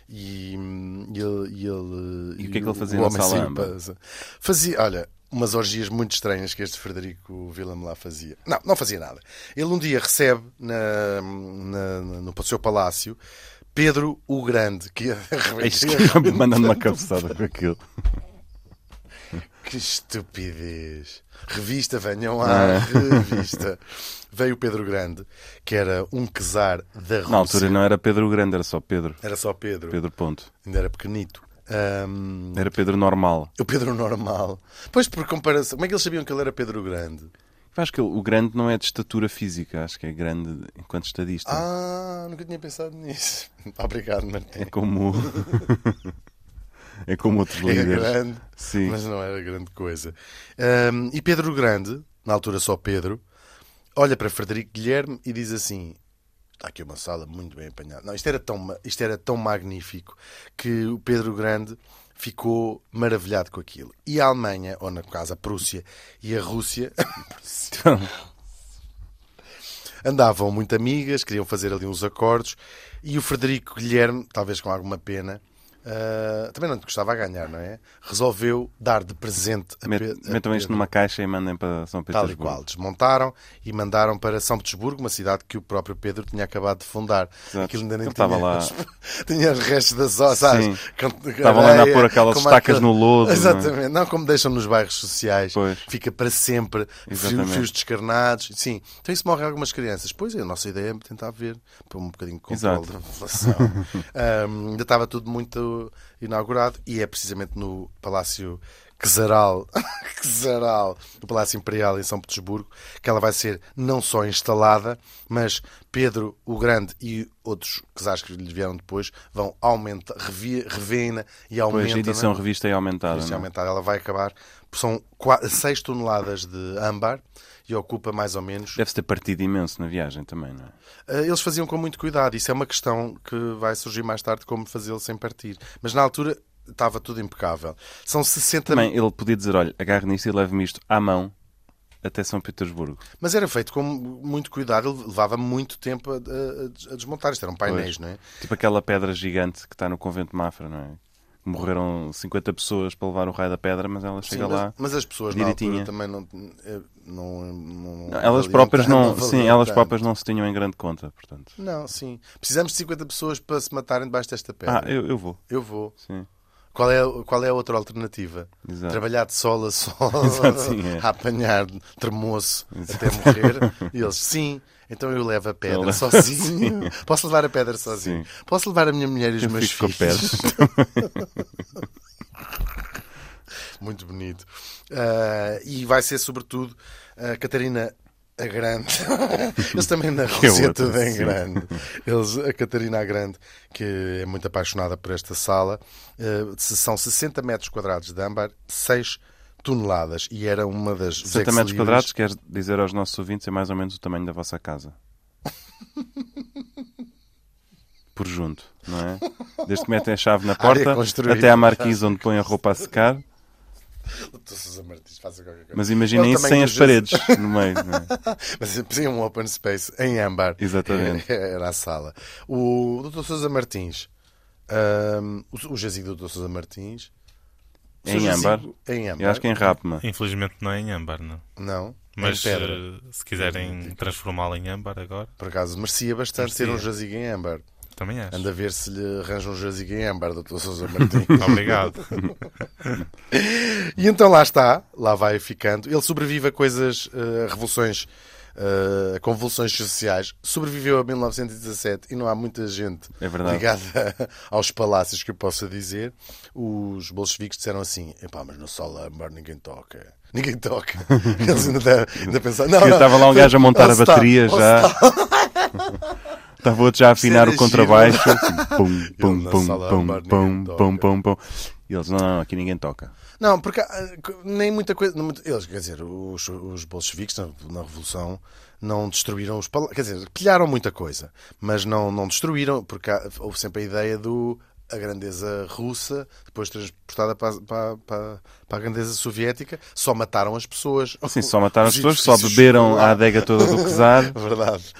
[SPEAKER 1] E, hum, e ele. E, ele,
[SPEAKER 2] E o que é que ele fazia
[SPEAKER 1] o
[SPEAKER 2] na
[SPEAKER 1] homem
[SPEAKER 2] sala
[SPEAKER 1] saiu
[SPEAKER 2] âmbar?
[SPEAKER 1] para- Fazia, olha, umas orgias muito estranhas que este Frederico Willem lá fazia. Não, não fazia nada. Ele um dia recebe na, na- no seu palácio Pedro o Grande, que ia
[SPEAKER 2] Eis que Mandando uma cabeçada com aquilo.
[SPEAKER 1] Que estupidez! Revista, venham
[SPEAKER 2] é?
[SPEAKER 1] à revista. Veio o Pedro Grande, que era um czar da Rússia.
[SPEAKER 2] Na altura não era Pedro o Grande, era só Pedro.
[SPEAKER 1] Era só Pedro,
[SPEAKER 2] Pedro Ponto.
[SPEAKER 1] ainda era pequenito. Ahm,
[SPEAKER 2] Era Pedro normal.
[SPEAKER 1] o Pedro normal. Pois, por comparação, como é que eles sabiam que ele era Pedro Grande?
[SPEAKER 2] Eu acho que ele- o grande não é de estatura física, acho que é grande enquanto estadista.
[SPEAKER 1] Ah, nunca tinha pensado nisso. Obrigado,
[SPEAKER 2] É
[SPEAKER 1] Martim.
[SPEAKER 2] como. é como outros
[SPEAKER 1] Era
[SPEAKER 2] líderes.
[SPEAKER 1] grande,
[SPEAKER 2] Sim.
[SPEAKER 1] mas não era grande coisa. Ahm, e Pedro Grande, na altura só Pedro, olha para Frederico Guilherme e diz assim: Está aqui uma sala muito bem apanhada. Não, isto era tão, ma- isto era tão magnífico que o Pedro Grande ficou maravilhado com aquilo. E a Alemanha, ou no caso a Prússia e a Rússia,
[SPEAKER 2] Então,
[SPEAKER 1] andavam muito amigas, queriam fazer ali uns acordos. E o Frederico Guilherme, talvez com alguma pena, ah, também não te gostava a ganhar, não é? Resolveu dar de presente a, Pe-
[SPEAKER 2] Met-
[SPEAKER 1] a
[SPEAKER 2] Metam isto
[SPEAKER 1] É Pedro.
[SPEAKER 2] numa caixa e mandem para São
[SPEAKER 1] Tal e
[SPEAKER 2] Petersburgo.
[SPEAKER 1] qual. Desmontaram e mandaram para São Petersburgo, uma cidade que o próprio Pedro tinha acabado de fundar.
[SPEAKER 2] Exato.
[SPEAKER 1] Aquilo ainda nem
[SPEAKER 2] Ele
[SPEAKER 1] tinha,
[SPEAKER 2] estava lá.
[SPEAKER 1] tinha os restos das osas.
[SPEAKER 2] Sim. Estavam lá a pôr aquelas estacas no lodo, não é?
[SPEAKER 1] Exatamente. Não, como deixam nos bairros sociais.
[SPEAKER 2] Pois.
[SPEAKER 1] Fica para sempre. Fio,
[SPEAKER 2] Exatamente.
[SPEAKER 1] fios descarnados. Sim. Então isso morre algumas crianças. Pois é, a nossa ideia é tentar ver. Para um bocadinho de controle
[SPEAKER 2] Exato.
[SPEAKER 1] da população. Ahm, ainda estava tudo muito inaugurado e é precisamente no Palácio Czaral, Czaral, no Palácio Imperial em São Petersburgo, que ela vai ser não só instalada, mas Pedro o Grande e outros czares que lhe vieram depois vão aumentar, revi- revêem-na e
[SPEAKER 2] Pois,
[SPEAKER 1] aumentam.
[SPEAKER 2] a edição revista é aumentada.
[SPEAKER 1] Isto é
[SPEAKER 2] não é?
[SPEAKER 1] aumentar, ela vai acabar. São 6 toneladas de âmbar e ocupa mais ou menos.
[SPEAKER 2] Deve-se ter partido imenso na viagem também, não é?
[SPEAKER 1] Eh, Eles faziam com muito cuidado. Isso é uma questão que vai surgir mais tarde, como fazê-lo sem partir. Mas na altura estava tudo impecável. São 60
[SPEAKER 2] Também ele podia dizer: olha, agarre nisto e leve-me isto à mão até São Petersburgo.
[SPEAKER 1] Mas era feito com muito cuidado, ele levava muito tempo a, a- a desmontar. Isto eram painéis,
[SPEAKER 2] Pois.
[SPEAKER 1] não é?
[SPEAKER 2] Tipo aquela pedra gigante que está no convento de Mafra, não é? Morreram 50 pessoas para levar o raio da pedra, mas ela chega
[SPEAKER 1] Sim, mas,
[SPEAKER 2] lá.
[SPEAKER 1] mas as pessoas
[SPEAKER 2] direitinha.
[SPEAKER 1] na altura também não. eh, não, não,
[SPEAKER 2] Não, elas
[SPEAKER 1] valiam
[SPEAKER 2] próprias
[SPEAKER 1] tanto,
[SPEAKER 2] não, sim,
[SPEAKER 1] valiam
[SPEAKER 2] elas
[SPEAKER 1] tanto.
[SPEAKER 2] próprias não se tinham em grande conta, portanto.
[SPEAKER 1] Não, sim. Precisamos de 50 pessoas para se matarem debaixo desta
[SPEAKER 2] Ah,
[SPEAKER 1] pedra.
[SPEAKER 2] eu, eu vou.
[SPEAKER 1] Eu vou.
[SPEAKER 2] Sim.
[SPEAKER 1] Qual é, qual é a outra alternativa?
[SPEAKER 2] Exato.
[SPEAKER 1] Trabalhar de sol a sol,
[SPEAKER 2] Exato, sim, é.
[SPEAKER 1] a apanhar tremoço até morrer. E eles, sim, então eu levo a pedra
[SPEAKER 2] Eu levo-
[SPEAKER 1] sozinho. Posso levar a pedra sozinho.
[SPEAKER 2] Sim.
[SPEAKER 1] Posso levar a minha mulher e os
[SPEAKER 2] Eu
[SPEAKER 1] meus
[SPEAKER 2] fico com a
[SPEAKER 1] filhos.
[SPEAKER 2] pedra.
[SPEAKER 1] Muito bonito. Ah, e vai ser, sobretudo, a Catarina a Grande. Eles também na
[SPEAKER 2] Que
[SPEAKER 1] Rússia
[SPEAKER 2] outra,
[SPEAKER 1] tudo em
[SPEAKER 2] sim.
[SPEAKER 1] grande. Eles, a Catarina a Grande, que é muito apaixonada por esta sala, eh, se- são 60 metros quadrados de âmbar, 6 toneladas. E era uma das. dos
[SPEAKER 2] 60 metros
[SPEAKER 1] ex-libris.
[SPEAKER 2] quadrados, quer dizer aos nossos ouvintes, é mais ou menos o tamanho da vossa casa. Por junto, não é? Desde que metem a chave na
[SPEAKER 1] Área
[SPEAKER 2] porta
[SPEAKER 1] construída.
[SPEAKER 2] até à marquise onde põem a roupa a secar.
[SPEAKER 1] Doutor Sousa Martins, faça qualquer coisa.
[SPEAKER 2] Mas imaginem
[SPEAKER 1] É o
[SPEAKER 2] isso sem
[SPEAKER 1] tamanho
[SPEAKER 2] as
[SPEAKER 1] do
[SPEAKER 2] paredes no meio, não é?
[SPEAKER 1] Mas sim, um open space em âmbar. É,
[SPEAKER 2] Exatamente.
[SPEAKER 1] Era a sala. O Dr. Sousa Martins. hum, o, o jazigo do Dr. Sousa Martins. O seu
[SPEAKER 2] Em
[SPEAKER 1] jazigo
[SPEAKER 2] âmbar?
[SPEAKER 1] Em âmbar.
[SPEAKER 2] Eu acho que é em Rapma.
[SPEAKER 3] Infelizmente não é em âmbar, não.
[SPEAKER 1] Não.
[SPEAKER 3] Mas
[SPEAKER 1] em pedra.
[SPEAKER 3] eh, se quiserem transformá-lo em âmbar agora,
[SPEAKER 1] Por acaso, merecia bastante ter um
[SPEAKER 3] Merecia.
[SPEAKER 1] jazigo em âmbar.
[SPEAKER 3] também acho.
[SPEAKER 1] Anda a ver se lhe arranja um jazigo em âmbar, Dr. Sousa Martins.
[SPEAKER 3] Obrigado.
[SPEAKER 1] E então lá está, lá vai ficando. Ele sobrevive a coisas, eh, a revoluções, eh, a convulsões sociais. Sobreviveu a 1917 e não há muita gente
[SPEAKER 2] É verdade.
[SPEAKER 1] ligada aos palácios que eu possa dizer. Os bolcheviques disseram assim: epá, mas no Sol Ambar ninguém toca. Ninguém toca. Eles ainda, devem- ainda pensaram. Não,
[SPEAKER 2] Eu
[SPEAKER 1] não,
[SPEAKER 2] estava lá um gajo a montar a
[SPEAKER 1] Ou se
[SPEAKER 2] bateria
[SPEAKER 1] está- ou
[SPEAKER 2] já. Estava outro já a afinar o
[SPEAKER 1] Isto era
[SPEAKER 2] contrabaixo. Pum, pum,
[SPEAKER 1] na
[SPEAKER 2] pum,
[SPEAKER 1] sala
[SPEAKER 2] pum,
[SPEAKER 1] de bar
[SPEAKER 2] pum,
[SPEAKER 1] ninguém
[SPEAKER 2] pum, pum, pum. E eles, não, não, aqui ninguém toca.
[SPEAKER 1] Não, porque ah, co- nem muita coisa. não muito- Eles, quer dizer, os, os bolcheviques na, na Revolução não destruíram os palácios. Quer dizer, pilharam muita coisa, mas não, não destruíram, porque há- houve sempre a ideia do a grandeza russa, depois transportada para, a- para, para, para a grandeza soviética, só mataram as pessoas.
[SPEAKER 2] Sim, só mataram as
[SPEAKER 1] Os
[SPEAKER 2] pessoas, só
[SPEAKER 1] edifícios
[SPEAKER 2] beberam
[SPEAKER 1] lá.
[SPEAKER 2] a adega toda do Czar.
[SPEAKER 1] Verdade.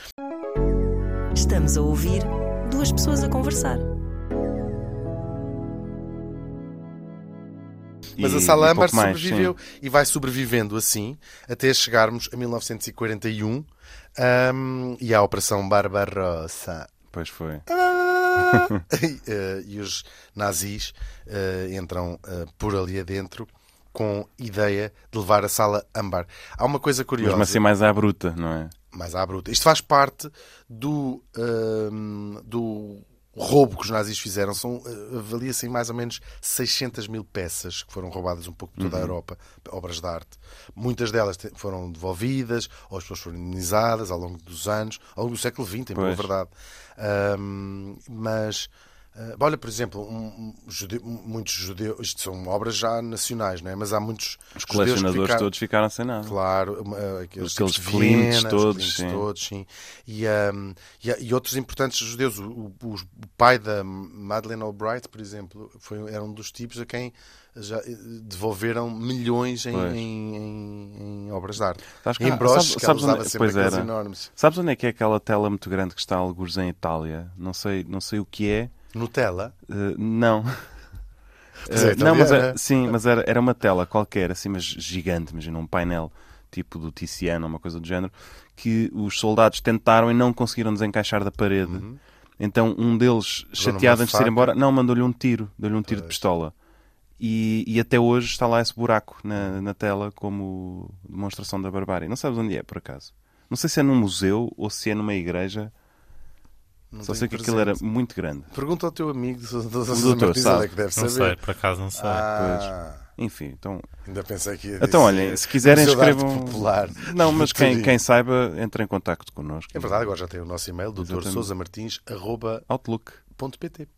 [SPEAKER 4] Estamos a ouvir duas pessoas a conversar.
[SPEAKER 1] Mas
[SPEAKER 2] e-
[SPEAKER 1] a sala
[SPEAKER 2] e
[SPEAKER 1] âmbar
[SPEAKER 2] pouco mais,
[SPEAKER 1] sobreviveu e vai sobrevivendo assim até chegarmos a 1941 ahm, e à Operação Barbarossa.
[SPEAKER 2] sim. Pois
[SPEAKER 1] É
[SPEAKER 2] foi.
[SPEAKER 1] Eh, e os nazis eh, entram eh, por ali adentro com ideia de levar a sala âmbar. Há uma coisa curiosa,
[SPEAKER 2] Mesmo assim mais à bruta, não é?
[SPEAKER 1] mas à bruta. Isto faz parte do, ehm, do roubo que os nazis fizeram. São, eh, avalia-se em mais ou menos 600 mil peças que foram roubadas um pouco por toda a
[SPEAKER 2] Uhum.
[SPEAKER 1] Europa, obras de arte. Muitas delas te- foram devolvidas, ou as pessoas foram indenizadas ao longo dos anos, ao longo do século XX, em boa
[SPEAKER 2] Pois.
[SPEAKER 1] verdade. Ahm, mas. ah, olha, por exemplo, um- um judeu- muitos judeus, isto são obras já nacionais, não é? mas há muitos
[SPEAKER 2] Os
[SPEAKER 1] judeus que
[SPEAKER 2] colecionadores
[SPEAKER 1] ficaram-
[SPEAKER 2] todos ficaram sem nada.
[SPEAKER 1] Claro, uma- ah, aqueles,
[SPEAKER 2] Aqueles
[SPEAKER 1] tipos de
[SPEAKER 2] Klimts
[SPEAKER 1] Viena, os
[SPEAKER 2] todos,
[SPEAKER 1] Klimts
[SPEAKER 2] sim.
[SPEAKER 1] todos, sim. E, ahm, e há- e outros importantes judeus. O, o- os- o pai da Madeleine Albright, por exemplo, foi, era um dos tipos a quem já eh, devolveram milhões em,
[SPEAKER 2] Pois.
[SPEAKER 1] em- em- em obras de arte.
[SPEAKER 2] Sabes que-
[SPEAKER 1] em broches,
[SPEAKER 2] sabes-
[SPEAKER 1] que
[SPEAKER 2] sabes
[SPEAKER 1] ela usava
[SPEAKER 2] onde-
[SPEAKER 1] sempre
[SPEAKER 2] pois
[SPEAKER 1] aqueles
[SPEAKER 2] era.
[SPEAKER 1] enormes.
[SPEAKER 2] Sabes onde é que é aquela tela muito grande que está alguns em Itália? Não sei, não sei o que é.
[SPEAKER 1] Nutella.
[SPEAKER 2] Eh, não.
[SPEAKER 1] Pois é,
[SPEAKER 2] Eh, não, mas
[SPEAKER 1] italiana.
[SPEAKER 2] era, sim, mas era, era uma tela qualquer, assim, mas gigante, imagina, um painel tipo do Tiziano, uma coisa do género, que os soldados tentaram e não conseguiram desencaixar da parede. Então um deles, chateado
[SPEAKER 1] numa
[SPEAKER 2] antes de ir
[SPEAKER 1] Uhum. faca.
[SPEAKER 2] embora, não, mandou-lhe um tiro, deu-lhe um tiro de pistola. E, e até hoje está lá esse buraco
[SPEAKER 1] Uhum.
[SPEAKER 2] na, na tela como demonstração da barbárie. Não sabes onde é, por acaso. Não sei se é num museu ou se é numa igreja.
[SPEAKER 1] Não
[SPEAKER 2] Só
[SPEAKER 1] tenho
[SPEAKER 2] sei que aquilo era
[SPEAKER 1] presente.
[SPEAKER 2] muito grande.
[SPEAKER 1] Pergunta ao teu amigo, o
[SPEAKER 2] doutor
[SPEAKER 1] doutor
[SPEAKER 2] sabe.
[SPEAKER 1] é que deve
[SPEAKER 3] Não sei,
[SPEAKER 1] saber.
[SPEAKER 3] por acaso não sei.
[SPEAKER 1] Ah,
[SPEAKER 2] Enfim, então
[SPEAKER 1] ainda pensei que ia
[SPEAKER 2] Então,
[SPEAKER 1] dizer.
[SPEAKER 2] olhem, se quiserem
[SPEAKER 1] Museu de Arte
[SPEAKER 2] escrevam.
[SPEAKER 1] é Popular.
[SPEAKER 2] Não, mas quem,
[SPEAKER 1] Turinho.
[SPEAKER 2] quem saiba, entra em contacto connosco.
[SPEAKER 1] É verdade, agora já tem o nosso e-mail, doutor
[SPEAKER 2] Exatamente.
[SPEAKER 1] Sousa Martins, arroba
[SPEAKER 2] Outlook.
[SPEAKER 1] .pt.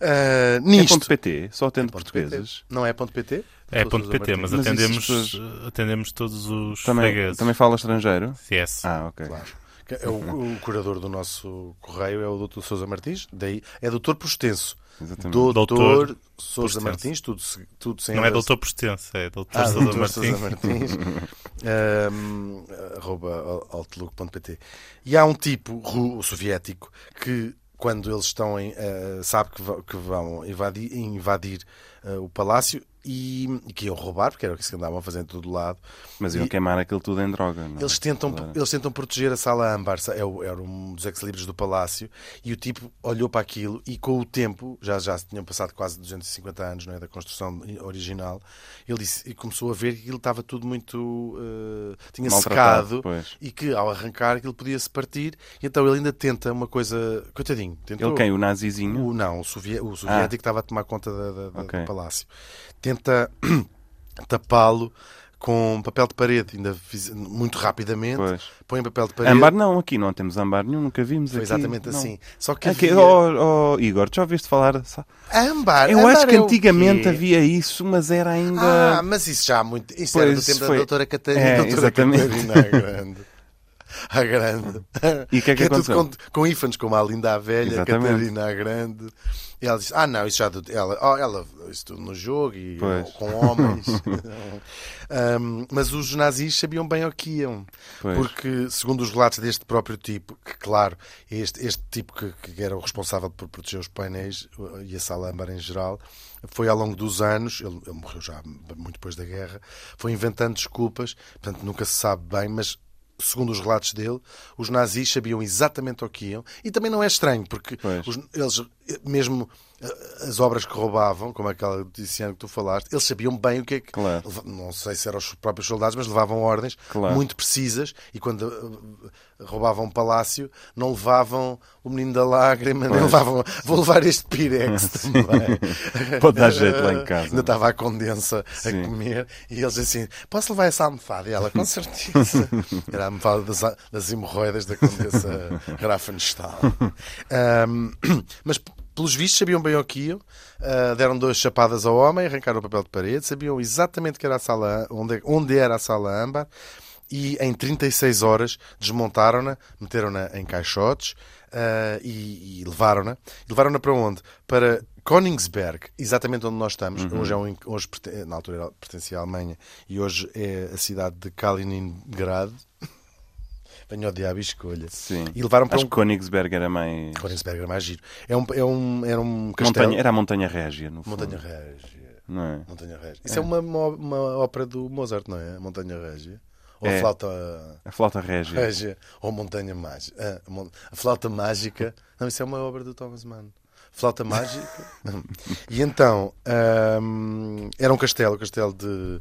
[SPEAKER 1] Ah,
[SPEAKER 2] É
[SPEAKER 1] nisto.
[SPEAKER 2] ponto .pt, só atende
[SPEAKER 1] Ponto PT.
[SPEAKER 2] portugueses.
[SPEAKER 1] Não é ponto .pt?
[SPEAKER 3] é
[SPEAKER 1] Doutor
[SPEAKER 3] ponto
[SPEAKER 1] Sousa
[SPEAKER 3] PT, mas
[SPEAKER 1] Martins.
[SPEAKER 2] Mas isso as
[SPEAKER 3] atendemos,
[SPEAKER 2] pessoas-
[SPEAKER 3] atendemos todos os
[SPEAKER 2] Também,
[SPEAKER 3] fregueses. é.
[SPEAKER 2] também fala estrangeiro?
[SPEAKER 3] Yes.
[SPEAKER 2] Ah, ok.
[SPEAKER 1] Claro. Que É o, o curador do nosso correio é o Dr. Sousa Martins, daí é Dr. por extenso.
[SPEAKER 2] Exatamente.
[SPEAKER 1] Doutor
[SPEAKER 3] Doutor
[SPEAKER 1] Sousa
[SPEAKER 3] Postenso.
[SPEAKER 1] Martins, tudo, se- tudo sem
[SPEAKER 3] Não é
[SPEAKER 1] Sousa-
[SPEAKER 3] doutor Postenso, é doutor
[SPEAKER 1] Ah,
[SPEAKER 3] Sousa
[SPEAKER 1] Dr. Sousa Martins.
[SPEAKER 3] Martins.
[SPEAKER 1] Ahm, arroba al- outlook.pt. E há um tipo ru- soviético que, quando eles estão em. ah, sabe que vão, que vão invadir, invadir, ah, o palácio e, e que iam roubar, porque era o que se andavam a fazer em todo lado.
[SPEAKER 2] Mas iam
[SPEAKER 1] E-
[SPEAKER 2] queimar aquilo tudo em droga. Não? é?
[SPEAKER 1] eles tentam,
[SPEAKER 2] Claro.
[SPEAKER 1] eles tentam proteger a sala âmbar, sa- é o- era um dos ex-libres do palácio, e o tipo olhou para aquilo e com o tempo, já já se tinham passado quase 250 anos não é, da construção original, ele disse, e começou a ver que aquilo estava tudo muito... eh, tinha
[SPEAKER 2] Maltratado,
[SPEAKER 1] secado,
[SPEAKER 2] pois.
[SPEAKER 1] e que ao arrancar aquilo podia-se partir, e então ele ainda tenta uma coisa... Coitadinho, tentou...
[SPEAKER 2] Ele quem? O nazizinho?
[SPEAKER 1] O, não, o, sovie- o soviético que estava a tomar conta da- da- da-
[SPEAKER 2] Ah. Ok.
[SPEAKER 1] do palácio. Tenta tapá-lo com papel de parede, ainda fiz- muito rapidamente.
[SPEAKER 2] Pois.
[SPEAKER 1] Põe papel de parede.
[SPEAKER 2] Ambar não, aqui não temos ambar nenhum, nunca vimos
[SPEAKER 1] Foi
[SPEAKER 2] aqui.
[SPEAKER 1] exatamente
[SPEAKER 2] não.
[SPEAKER 1] assim. Só que
[SPEAKER 2] Aqui,
[SPEAKER 1] havia...
[SPEAKER 2] oh, oh, Igor, já ouviste falar? sa-
[SPEAKER 1] Âmbar.
[SPEAKER 2] Eu
[SPEAKER 1] âmbar
[SPEAKER 2] acho que
[SPEAKER 1] é o
[SPEAKER 2] antigamente
[SPEAKER 1] quê?
[SPEAKER 2] havia isso, mas era ainda.
[SPEAKER 1] Ah, mas isso já há muito. Isso
[SPEAKER 2] Pois,
[SPEAKER 1] era do tempo
[SPEAKER 2] foi-
[SPEAKER 1] da doutora Catarina.
[SPEAKER 2] É,
[SPEAKER 1] doutora
[SPEAKER 2] exatamente.
[SPEAKER 1] Catarina à grande. À grande.
[SPEAKER 2] E o que é que
[SPEAKER 1] é tudo
[SPEAKER 2] aconteceu?
[SPEAKER 1] com, com ífãs, como a linda a velha,
[SPEAKER 2] Exatamente.
[SPEAKER 1] Catarina à grande. E ela diz: Ah, não, isso já. do- Ela, oh, ela, isso tudo no jogo e
[SPEAKER 2] Pois.
[SPEAKER 1] com homens. Ahm, mas os nazis sabiam bem ao que iam.
[SPEAKER 2] Pois.
[SPEAKER 1] Porque, segundo os relatos deste próprio tipo, que claro, este, este tipo que, que era o responsável por proteger os painéis uh, e a sala âmbar em geral, foi ao longo dos anos, ele, ele morreu já muito depois da guerra, foi inventando desculpas, portanto nunca se sabe bem, mas segundo os relatos dele, os nazis sabiam exatamente ao que iam. E também não é estranho, porque
[SPEAKER 2] Pois.
[SPEAKER 1] os- eles, eh, mesmo eh, as obras que roubavam, como aquela do Tiziano que tu falaste, eles sabiam bem o que é que.
[SPEAKER 2] Claro.
[SPEAKER 1] Leva- Não sei se eram os próprios soldados, mas levavam ordens
[SPEAKER 2] Claro.
[SPEAKER 1] muito precisas e quando eh, roubavam um palácio, não levavam o menino da lágrima, nem
[SPEAKER 2] Pois.
[SPEAKER 1] levavam. Vou levar este Pirex também.
[SPEAKER 2] Pode dar jeito lá em casa.
[SPEAKER 1] Ainda estava a condensa
[SPEAKER 2] Sim.
[SPEAKER 1] a comer e eles assim: Posso levar essa almofada? E ela, com certeza. Era a almofada das, das hemorroidas da condessa Grafenstahl. Ahm, mas. p- Pelos vistos, sabiam bem o que iam, ah, deram duas chapadas ao homem, arrancaram o papel de parede, sabiam exatamente que era a sala, onde, onde era a sala âmbar e em 36 horas desmontaram-na, meteram-na em caixotes ah, e, e levaram-na. E Levaram-na para onde? Para Königsberg, exatamente onde nós estamos.
[SPEAKER 2] Uhum.
[SPEAKER 1] Hoje, é um, in- hoje perten- na altura era- pertencia à Alemanha e hoje é a cidade de Kaliningrad. Venho odiar a escolha.
[SPEAKER 2] Sim.
[SPEAKER 1] E levaram para
[SPEAKER 2] Acho
[SPEAKER 1] um.
[SPEAKER 2] que Königsberg era mais.
[SPEAKER 1] Königsberg era mais giro. É um, é um, era um castelo.
[SPEAKER 2] Montanha, era a Montanha Régia, no fundo.
[SPEAKER 1] Montanha Régia.
[SPEAKER 2] Não é?
[SPEAKER 1] Montanha Régia. Isso é, uma, mo- uma ópera do Mozart, não é? Montanha Régia. Ou a
[SPEAKER 2] É.
[SPEAKER 1] flauta.
[SPEAKER 2] A Flauta Régia.
[SPEAKER 1] Régia ou Montanha Mágica. Ah, mon- A Flauta Mágica. Não, isso é uma obra do Thomas Mann. Flauta Mágica. e então, ahm, era um castelo, o castelo de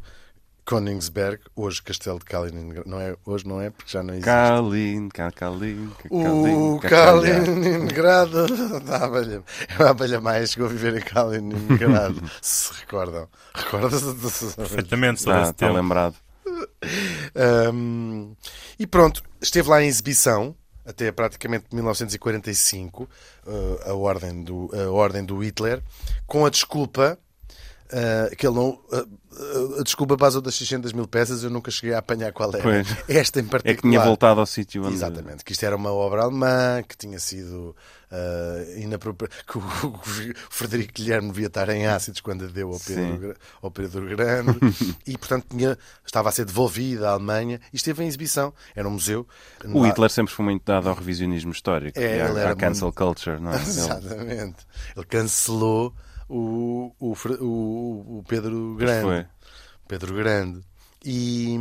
[SPEAKER 1] Königsberg, hoje castelo de Kaliningrad. Não é, hoje não é, porque já não existe.
[SPEAKER 2] Kalin, Kalin,
[SPEAKER 1] O Kaliningrado da abelha. É a abelha mais chegou a viver em Kaliningrado. se recordam. Recorda-se.
[SPEAKER 3] Perfeitamente sobre
[SPEAKER 2] Está
[SPEAKER 3] esse
[SPEAKER 2] tá
[SPEAKER 3] tempo.
[SPEAKER 2] lembrado.
[SPEAKER 1] Um, e pronto, esteve lá em exibição até praticamente 1945, uh, a, ordem do, a ordem do Hitler, com a desculpa uh, que ele não. uh, uh, a desculpa basou das 600 mil peças, eu nunca cheguei a apanhar qual era.
[SPEAKER 2] Pois.
[SPEAKER 1] Esta em
[SPEAKER 2] É
[SPEAKER 1] particular.
[SPEAKER 2] que tinha voltado ao sítio onde.
[SPEAKER 1] Tipo, Exatamente, que isto era uma obra alemã, que tinha sido uh, inapropriada, que o, o Frederico Guilherme devia estar em ácidos quando a deu ao Pedro,
[SPEAKER 2] Sim.
[SPEAKER 1] Gra- ao Pedro Grande e, portanto, tinha, estava a ser devolvida à Alemanha e esteve em exibição. Era um museu.
[SPEAKER 2] O
[SPEAKER 1] Lá-
[SPEAKER 2] Hitler sempre foi muito dado ao revisionismo histórico.
[SPEAKER 1] É,
[SPEAKER 2] e à-
[SPEAKER 1] ele era
[SPEAKER 2] à cancel
[SPEAKER 1] muito-
[SPEAKER 2] culture, não é? Ele-
[SPEAKER 1] Exatamente. Ele cancelou o, o, Fre- o, o Pedro Grande.
[SPEAKER 2] foi.
[SPEAKER 1] Pedro Grande. E,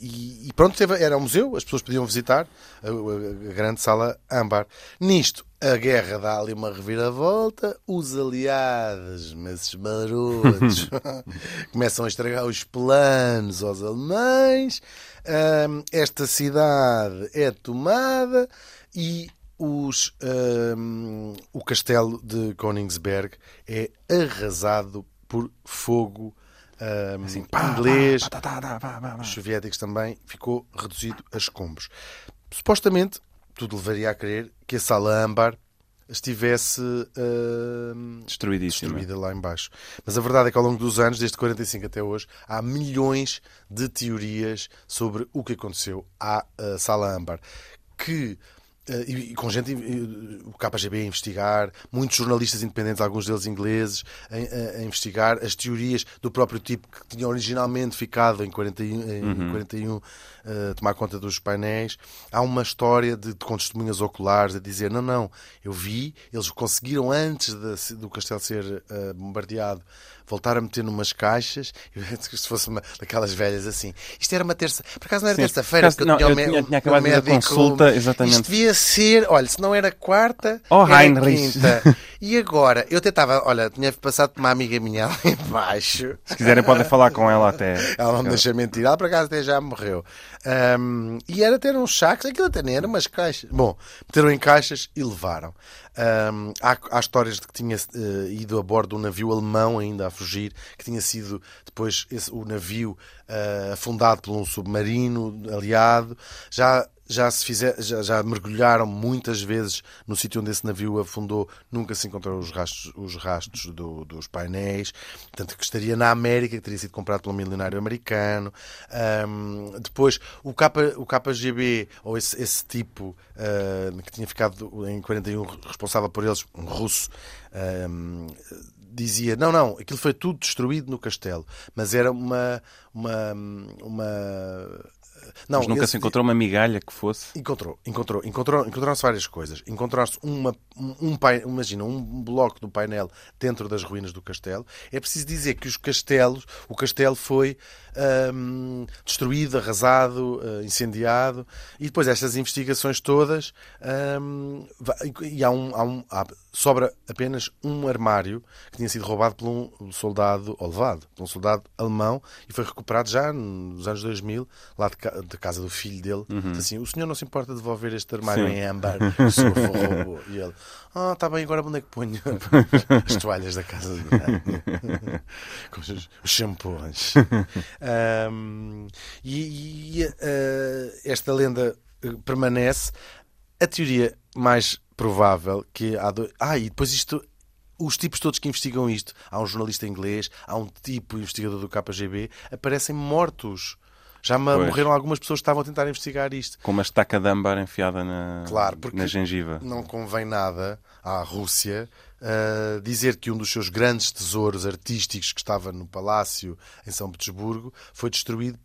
[SPEAKER 1] e- e pronto, teve- era um museu, as pessoas podiam visitar a, a- a grande sala âmbar. Nisto, a guerra dá ali uma reviravolta, os aliados, mas esses marotos, começam a estragar os planos aos alemães. Ahm, esta cidade é tomada e os, ahm, o castelo de Königsberg é arrasado por fogo ahm, inglês, os soviéticos também, ficou reduzido a escombros. Supostamente, tudo levaria a crer que a sala âmbar estivesse ahm,
[SPEAKER 2] Destruidíssimo.
[SPEAKER 1] destruída lá embaixo. Mas a verdade é que ao longo dos anos, desde 45 até hoje, há milhões de teorias sobre o que aconteceu à ah, eh, sala âmbar. que eh, e, e com gente, eh, o KGB a investigar, muitos jornalistas independentes, alguns deles ingleses, eh, a, a- a investigar as teorias do próprio tipo que tinha originalmente ficado em 41, em
[SPEAKER 2] Uhum.
[SPEAKER 1] 41 eh, tomar conta dos painéis. Há uma história de, de- com testemunhas oculares a dizer: não, não, eu vi, eles conseguiram antes da- do castelo ser eh, bombardeado voltar a meter numas caixas, se fosse uma, daquelas velhas assim. Isto era uma terça, por acaso não era
[SPEAKER 2] Sim,
[SPEAKER 1] terça-feira,
[SPEAKER 2] por acaso
[SPEAKER 1] porque eu
[SPEAKER 2] não,
[SPEAKER 1] tinha, o
[SPEAKER 2] eu
[SPEAKER 1] mé-
[SPEAKER 2] tinha- tinha
[SPEAKER 1] o
[SPEAKER 2] acabado de ir à
[SPEAKER 1] médico.
[SPEAKER 2] consulta, exatamente.
[SPEAKER 1] Isto devia ser, olha, se não era quarta,
[SPEAKER 2] Oh,
[SPEAKER 1] era
[SPEAKER 2] Heinrich.
[SPEAKER 1] quinta. E agora, eu tentava, olha, tinha passado por uma amiga minha lá embaixo.
[SPEAKER 2] Se quiserem podem falar com ela até.
[SPEAKER 1] Ela não me deixa mentir, ela por acaso até já morreu. Ahm, e era ter uns sacos, aquilo até nem era umas caixas. Bom, meteram em caixas e levaram. Ahm, há, há histórias de que tinha eh, ido a bordo de um navio alemão ainda a fugir, que tinha sido depois esse- o navio ah, afundado por um submarino aliado. Já já se fizer, já, já mergulharam muitas vezes no sítio onde esse navio afundou, nunca se encontraram os rastros, os rastros do- dos painéis, tanto que estaria na América, que teria sido comprado pelo milionário americano. Ahm, depois, o, K, o KGB, ou esse, esse tipo ah, que tinha ficado em 41 responsável por eles, um russo, ahm, dizia não, não, aquilo foi tudo destruído no castelo, mas era uma... uma, uma não,
[SPEAKER 2] Mas nunca
[SPEAKER 1] esse-
[SPEAKER 2] se encontrou uma migalha que fosse.
[SPEAKER 1] Encontrou, encontrou, encontrou, encontraram-se várias coisas. Encontraram-se uma, um, um pai- imagina, um bloco do painel dentro das ruínas do castelo. É preciso dizer que os castelos, o castelo foi hum, destruído, arrasado, eh, incendiado, e depois estas investigações todas hum, va- e há um, há um- há- sobra apenas um armário que tinha sido roubado por um soldado, ou levado, por um soldado alemão, e foi recuperado já nos anos 2000, lá de, ca- de casa do filho dele. Disse assim: O senhor não se importa de devolver este armário
[SPEAKER 2] Sim.
[SPEAKER 1] em âmbar? O senhor roubou. E ele: Ah, está bem, agora onde é que ponho as toalhas da casa do banho?" Com os, os shampoos. Ahm, e e, eh, esta lenda eh, permanece. A teoria mais provável que há dois. Ah, e depois isto. Os tipos todos que investigam isto, há um jornalista inglês, há um tipo investigador do KGB, aparecem mortos. Já ma-
[SPEAKER 2] Pois.
[SPEAKER 1] morreram algumas pessoas que estavam a tentar investigar isto.
[SPEAKER 2] Com uma estaca de âmbar enfiada na,
[SPEAKER 1] Claro, porque
[SPEAKER 2] na gengiva.
[SPEAKER 1] Não convém nada à Rússia ah, dizer que um dos seus grandes tesouros artísticos que estava no palácio em São Petersburgo foi destruído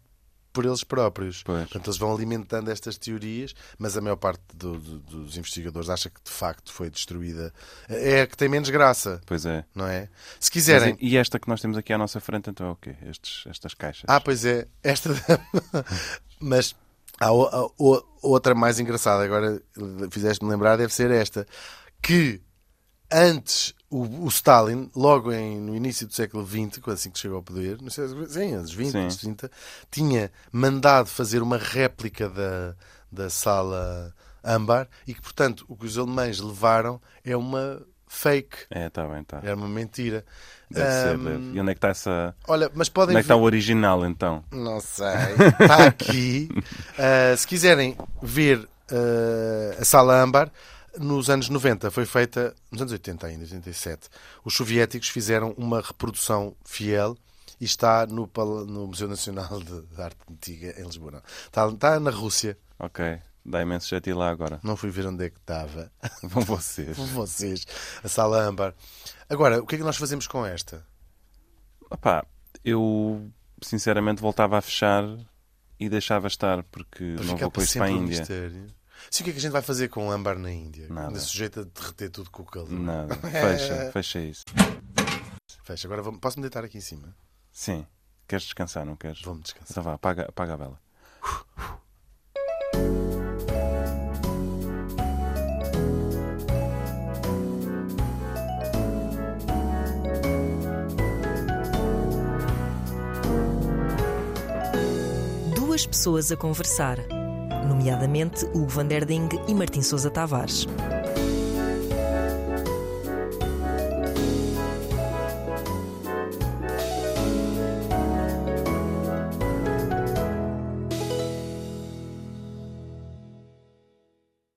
[SPEAKER 1] por eles próprios.
[SPEAKER 2] Pois.
[SPEAKER 1] Portanto, eles vão alimentando estas teorias, mas a maior parte do- do- dos investigadores acha que de facto foi destruída. É a que tem menos graça,
[SPEAKER 2] Pois é.
[SPEAKER 1] não é? Se
[SPEAKER 2] Mas
[SPEAKER 1] quiserem.
[SPEAKER 2] e- e esta que nós temos aqui à nossa frente, então é o quê? Estes, estas caixas.
[SPEAKER 1] Ah, pois é. Esta. Mas há o- há o- outra mais engraçada, agora fizeste-me lembrar, deve ser esta. Que antes o, o Stalin, logo em- no início do século XX, quando assim que chegou ao poder, não sei, sim, anos 20,
[SPEAKER 2] Sim.
[SPEAKER 1] anos 30, tinha mandado fazer uma réplica da, da sala âmbar e que, portanto, o que os alemães levaram é uma fake,
[SPEAKER 2] É, está bem, está.
[SPEAKER 1] é uma mentira.
[SPEAKER 2] Deve ser,
[SPEAKER 1] Ahm,
[SPEAKER 2] deve. E onde é que está essa.
[SPEAKER 1] Olha, mas podem
[SPEAKER 2] Onde é que está
[SPEAKER 1] ver-
[SPEAKER 2] o original então?
[SPEAKER 1] não sei. Está aqui. Uh, se quiserem ver uh, a sala âmbar, nos anos 90, foi feita, nos anos 80 ainda, 87, os soviéticos fizeram uma reprodução fiel e está no, pala- no Museu Nacional de Arte Antiga em Lisboa. Não. Está, está na Rússia.
[SPEAKER 2] Ok, dá imenso jeito ir lá agora.
[SPEAKER 1] Não fui ver onde é que estava.
[SPEAKER 2] Vão vocês.
[SPEAKER 1] Com vocês. A sala âmbar. Agora, o que é que nós fazemos com esta?
[SPEAKER 2] Opá, eu sinceramente voltava a fechar e deixava estar, porque
[SPEAKER 1] Para
[SPEAKER 2] não
[SPEAKER 1] ficar
[SPEAKER 2] vou com
[SPEAKER 1] para
[SPEAKER 2] isto para a
[SPEAKER 1] sempre um
[SPEAKER 2] Índia.
[SPEAKER 1] mistério. Sim, o que é que a gente vai fazer com o âmbar na Índia?
[SPEAKER 2] Nada.
[SPEAKER 1] Ainda sujeita a derreter tudo com o calor.
[SPEAKER 2] Nada, fecha, fecha isso.
[SPEAKER 1] Fecha, agora vou- posso-me deitar aqui em cima?
[SPEAKER 2] Sim, queres descansar, não queres?
[SPEAKER 1] Vou-me descansar.
[SPEAKER 2] Então vá, apaga, apaga a vela.
[SPEAKER 4] Duas pessoas a conversar, nomeadamente Hugo Van Der Ding e Martim Sousa Tavares.